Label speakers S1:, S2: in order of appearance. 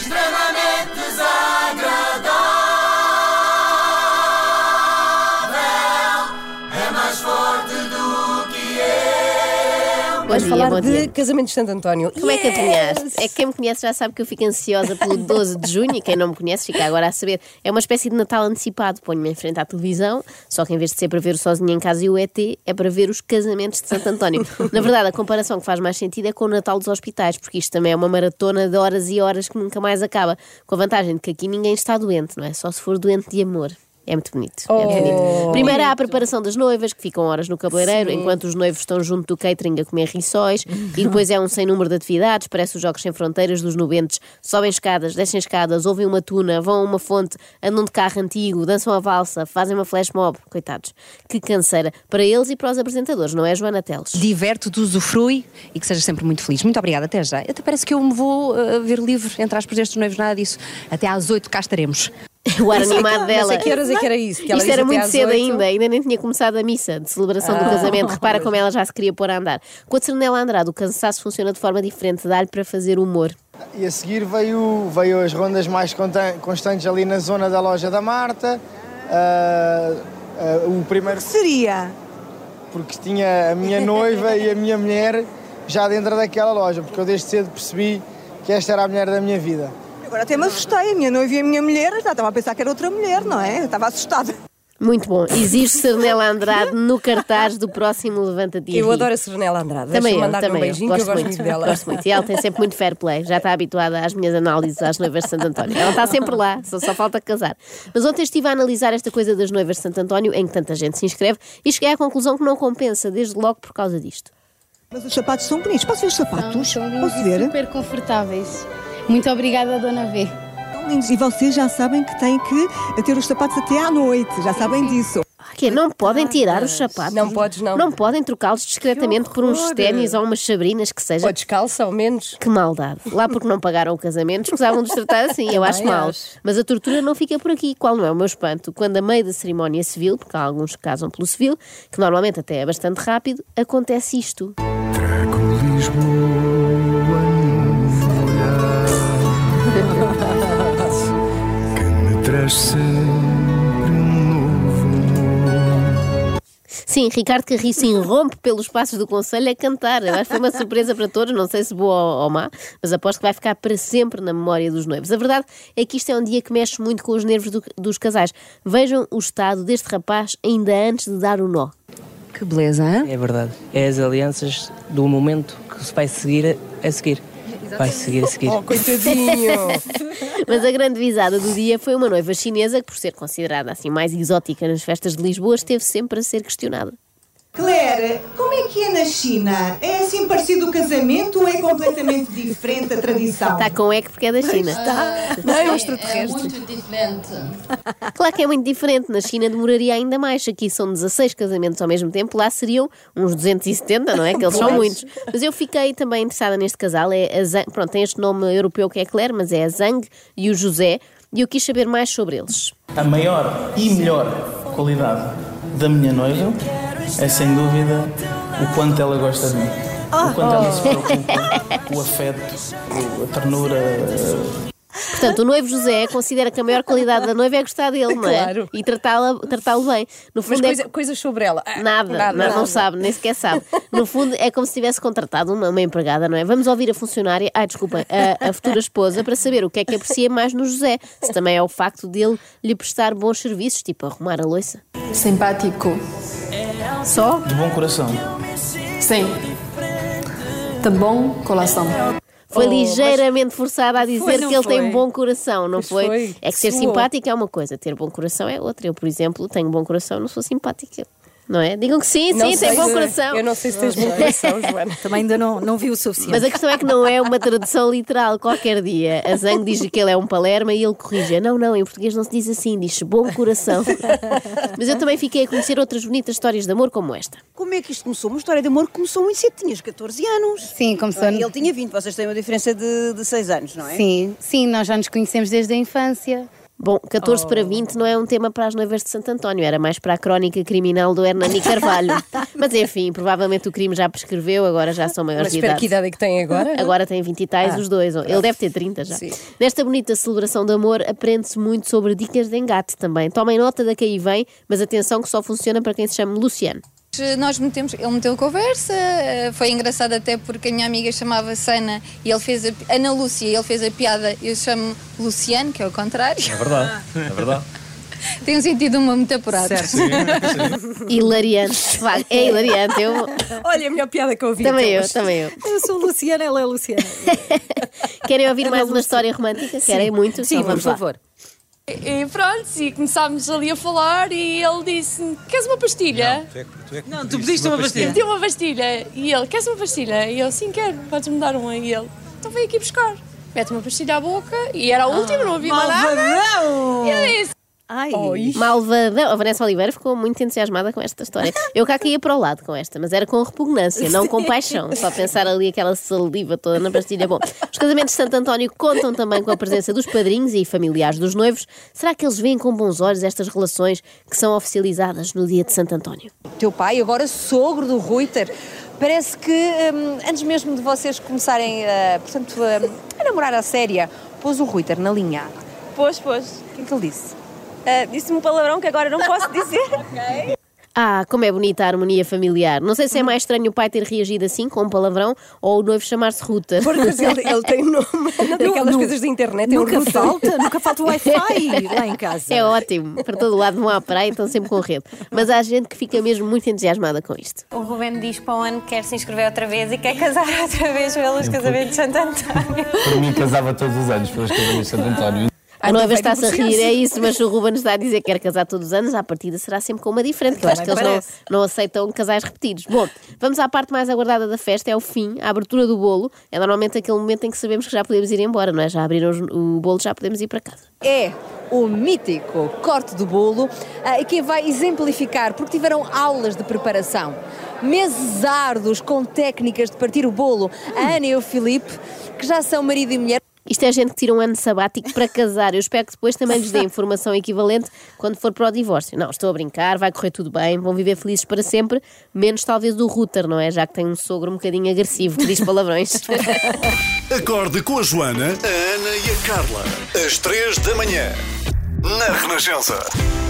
S1: Extremamente desagradável é mais forte do que eu.
S2: Bom
S3: Vamos
S2: dia,
S3: falar
S2: bom
S3: de
S2: dia.
S3: Casamento de Santo António.
S2: Como é que adivinhaste? É que quem me conhece já sabe que eu fico ansiosa pelo 12 de junho e quem não me conhece fica agora a saber. É uma espécie de Natal antecipado. Ponho-me em frente à televisão, só que em vez de ser para ver o Sozinho em Casa e o ET, é para ver os casamentos de Santo António. Na verdade, a comparação que faz mais sentido é com o Natal dos hospitais, porque isto também é uma maratona de horas e horas que nunca mais acaba. Com a vantagem de que aqui ninguém está doente, não é? Só se for doente de amor. É muito bonito. É muito bonito. Primeiro há a preparação das noivas, que ficam horas no cabeleireiro, enquanto os noivos estão junto do catering a comer rissóis. e depois é um sem número de atividades, parece os Jogos Sem Fronteiras dos nubentes. Sobem escadas, descem escadas, ouvem uma tuna, vão a uma fonte, andam de carro antigo, dançam a valsa, fazem uma flash mob. Coitados. Que canseira. Para eles e para os apresentadores, não é, Joana Teles?
S4: Diverte-te, usufrui e que sejas sempre muito feliz. Muito obrigada, até já. Até parece que eu me vou uh, ver livre, entre aspas, destes noivos, nada disso. Até às oito cá estaremos.
S2: O ar
S3: Mas é que-
S2: animado dela.
S3: Mas a que horas é que era isso? Que ela
S2: Isto
S3: disse
S2: era
S3: até
S2: muito
S3: às
S2: cedo
S3: oito? Ah.
S2: ainda, ainda nem tinha começado a missa de celebração do casamento. Repara como ela já se queria pôr a andar. Com a Cernela Andrade, o cansaço funciona de forma diferente, dá-lhe para fazer humor.
S5: E a seguir veio, veio as rondas mais conta- constantes ali na zona da loja da Marta. Ah, ah, o primeiro
S6: Seria.
S5: porque tinha a minha noiva e a minha mulher já dentro daquela loja, porque eu desde cedo percebi que esta era a mulher da minha vida.
S6: Agora até me assustei, a minha noiva e a minha mulher, já estava a pensar que era outra mulher, não é? Eu estava assustada.
S2: Muito bom. Exige Cernela Andrade no cartaz do próximo Levanta-te e
S3: Eu
S2: Ri.
S3: adoro a Serenela Andrade.
S2: Também
S3: Deixa-me
S2: eu,
S3: mandar-lhe um
S2: também eu.
S3: beijinho, que eu gosto muito dela.
S2: Gosto muito. E ela tem sempre muito fair play. Já está habituada às minhas análises às noivas de Santo António. Ela está sempre lá, só, só falta casar. Mas ontem estive a analisar esta coisa das noivas de Santo António, em que tanta gente se inscreve, e cheguei à conclusão que não compensa, desde logo por causa disto.
S6: Mas os sapatos são bonitos. Posso ver os sapatos?
S7: São lindos
S6: Posso
S7: e
S6: ver?
S7: super confortáveis. Muito obrigada, Dona V.
S6: São lindos. E vocês já sabem que têm que ter os sapatos até à noite, já sabem disso.
S2: Que é, não podem tirar os sapatos.
S3: Não podes, não.
S2: Não podem trocá-los discretamente por uns
S3: horror.
S2: ténis ou umas sabrinas que seja.
S3: Ou descalça, ao menos.
S2: Que maldade. Lá porque não pagaram o casamento, escusavam de os tratar assim, eu acho
S3: Também
S2: mal.
S3: acho.
S2: Mas a tortura não fica por aqui. Qual não é o meu espanto? Quando a meio da cerimónia civil, porque há alguns que casam pelo civil, que normalmente até é bastante rápido, acontece isto. Sim, Ricardo Carriço irrompe pelos passos do Conselho a cantar. Eu acho que foi uma surpresa para todos, não sei se boa ou, ou má, mas aposto que vai ficar para sempre na memória dos noivos. A verdade é que isto é um dia que mexe muito com os nervos do- dos casais. Vejam o estado deste rapaz ainda antes de dar o nó.
S4: Que beleza, hein?
S8: É verdade. É as alianças do momento que se vai seguir a, a seguir. Vai seguir a seguir.
S3: Oh, coitadinho.
S2: Mas a grande visada do dia foi uma noiva chinesa que, por ser considerada assim mais exótica nas festas de Lisboa, esteve sempre a ser questionada.
S6: Claire, como é que é na China? É assim parecido o casamento ou é completamente diferente a tradição?
S2: Está com eco porque é da China.
S3: não, é um extraterrestre.
S7: muito diferente.
S2: Claro que é muito diferente. Na China demoraria ainda mais. Aqui são 16 casamentos ao mesmo tempo. Lá seriam uns 270, não é? Que eles são muitos. Mas eu fiquei também interessada neste casal. É a Zang- Pronto, tem este nome europeu que é Claire, mas é a Zhang e o José. E eu quis saber mais sobre eles.
S9: A maior e melhor qualidade da minha noiva é sem dúvida o quanto ela gosta de mim. O quanto ela se preocupa, o afeto, a ternura,
S2: Portanto, o noivo José considera que a maior qualidade da noiva é gostar dele, não é?
S3: Claro.
S2: E tratá-la- tratá-lo bem. No
S3: Mas
S2: fundo, é
S3: coisa- coisas sobre ela. Ah,
S2: Nada, não, não sabe, nem sequer sabe. No fundo, é como se tivesse contratado uma, uma empregada, não é? Vamos ouvir a funcionária, ai, desculpem, a, a futura esposa, para saber o que é que aprecia mais no José. Se também é o facto dele lhe prestar bons serviços, tipo arrumar a louça.
S10: Simpático.
S2: Só?
S9: de bom coração.
S10: Sim. De bom coração.
S2: Foi ligeiramente forçada a dizer
S3: Oh, Foi, não
S2: que ele tem
S3: foi?
S2: bom coração, não
S3: Pois
S2: foi?
S3: foi.
S2: É que ser
S3: Suou.
S2: simpático é uma coisa, ter bom coração é outra. Eu, por exemplo, tenho bom coração, não sou simpática. Não é? Digam que sim,
S3: Não
S2: sim,
S3: sei
S2: tem bom
S3: se-
S2: coração.
S3: Eu não sei se tens bom coração, Joana.
S11: Também ainda não, não vi o suficiente.
S2: Mas a questão é que não é uma tradução literal qualquer dia. A Zang diz que ele é um palerma e ele corrige. Não, não, em português não se diz assim, diz bom coração. Mas eu também fiquei a conhecer outras bonitas histórias de amor como esta.
S11: Como é que isto começou? Uma história de amor que começou em cedo, tinhas 14 anos.
S10: Sim, começou.
S11: Ele tinha 20, vocês têm uma diferença de, de 6 anos, não é?
S10: Sim, sim, nós já nos conhecemos desde a infância.
S2: Bom, 14 para
S3: Oh.
S2: 20 não é um tema para as noivas de Santo António, era mais para a crónica criminal do Hernani Carvalho. Mas enfim, provavelmente o crime já prescreveu, agora já são maiores
S3: Mas
S2: de
S3: espera,
S2: idade.
S3: que idade é que tem agora?
S2: Agora tem 20 e tais
S3: Ah,
S2: os dois. ou- Ele
S3: pronto.
S2: deve ter 30 já.
S3: Sim.
S2: Nesta bonita celebração de amor, aprende-se muito sobre dicas de engate também. Tomem nota da que aí vem, mas atenção que só funciona para quem se chama Luciano.
S12: eh, Nós metemos, ele meteu conversa, eh, foi engraçado até porque a minha amiga chamava-se Ana e ele fez a, pi- Ana Lúcia e ele fez a piada, eu chamo Luciano, que é o contrário.
S13: É verdade, é verdade.
S12: Tem um sentido uma muito apurado.
S2: Hilariante, de facto. É hilariante. Eu...
S3: Olha, a melhor piada que eu ouvi.
S2: Também
S3: até
S2: eu,
S3: hoje.
S2: também eu.
S3: Eu sou Luciana, ela é Luciana.
S2: Querem ouvir mais uma história romântica? Querem muito?
S3: Sim,
S2: Então
S3: por
S2: vamos lá.
S3: favor.
S14: E pronto, e começámos ali a falar e ele disse-me, queres uma pastilha?
S13: Tu é que- tu é que
S14: Não,
S13: pediste uma
S14: Eu pedi uma pastilha e ele, queres uma pastilha? E eu, sim, quero, podes-me dar uma. E ele, então vem aqui buscar. Mete uma pastilha à boca e era a última, não havia mais nada. E eu disse,
S3: Ai.
S4: Oh,
S2: Malvadão. A Vanessa Oliveira ficou muito entusiasmada com esta história. Eu cá caía para o lado com esta, mas era com repugnância, não com
S3: Sim.
S2: paixão. Só pensar ali aquela saliva toda na pastilha. Bom, os casamentos de Santo António contam também com a presença dos padrinhos e familiares dos noivos. Será que eles veem com bons olhos estas relações que são oficializadas no dia de Santo António?
S4: Teu pai, agora sogro do Reuter, parece que hum, antes mesmo de vocês começarem a, portanto, hum, a, a namorar à séria, pôs o Reuter na linha.
S15: Pois, pois.
S4: O que é que ele disse?
S15: Ah, Disse-me um palavrão que agora não posso dizer.
S2: Ah, como é bonita a harmonia familiar. Não sei se é mais estranho o pai ter reagido assim, com um palavrão, ou o noivo chamar-se Ruta.
S3: Porque
S4: assim,
S3: ele, ele tem nome. Não tem aquelas coisas da internet. é um
S2: nunca
S3: router.
S2: falta,
S3: nunca falta o Wi-Fi lá em casa.
S2: É ótimo. Para todo lado não há praia, então sempre com rede. Mas há gente que fica mesmo muito entusiasmada com isto.
S16: O Ruben diz para o ano que quer se inscrever outra vez e quer casar outra vez
S13: É um
S16: pelos casamentos de Santo António.
S13: Para mim casava todos os anos pelas casas de Santo António.
S2: A noiva está-se a
S16: divorciar-se.
S2: rir, é isso, mas se o Ruben está a dizer que quer casar todos os anos, à partida será sempre com uma diferente, que eu acho que
S16: Também
S2: eles não,
S16: parece.
S2: não aceitam casais repetidos. Bom, vamos à parte mais aguardada da festa, é o fim, a abertura do bolo. É normalmente aquele momento em que sabemos que já podemos ir embora, não é? Já abriram os- o bolo, já podemos ir para casa.
S4: É o mítico corte do bolo ah, e quem vai exemplificar, porque tiveram aulas de preparação, meses árduos com técnicas de partir o bolo, a Ana e o Filipe, que já são marido e mulher.
S2: Isto é gente que tira um ano sabático para casar. Eu espero que depois também lhes dê informação equivalente quando for para o divórcio. Não, estou a brincar, vai correr tudo bem, vão viver felizes para sempre, menos talvez do Ruter, não é? Já que tem um sogro um bocadinho agressivo que diz palavrões.
S17: Acorde com a Joana, a Ana e a Carla. Às três da manhã. Na Renascença.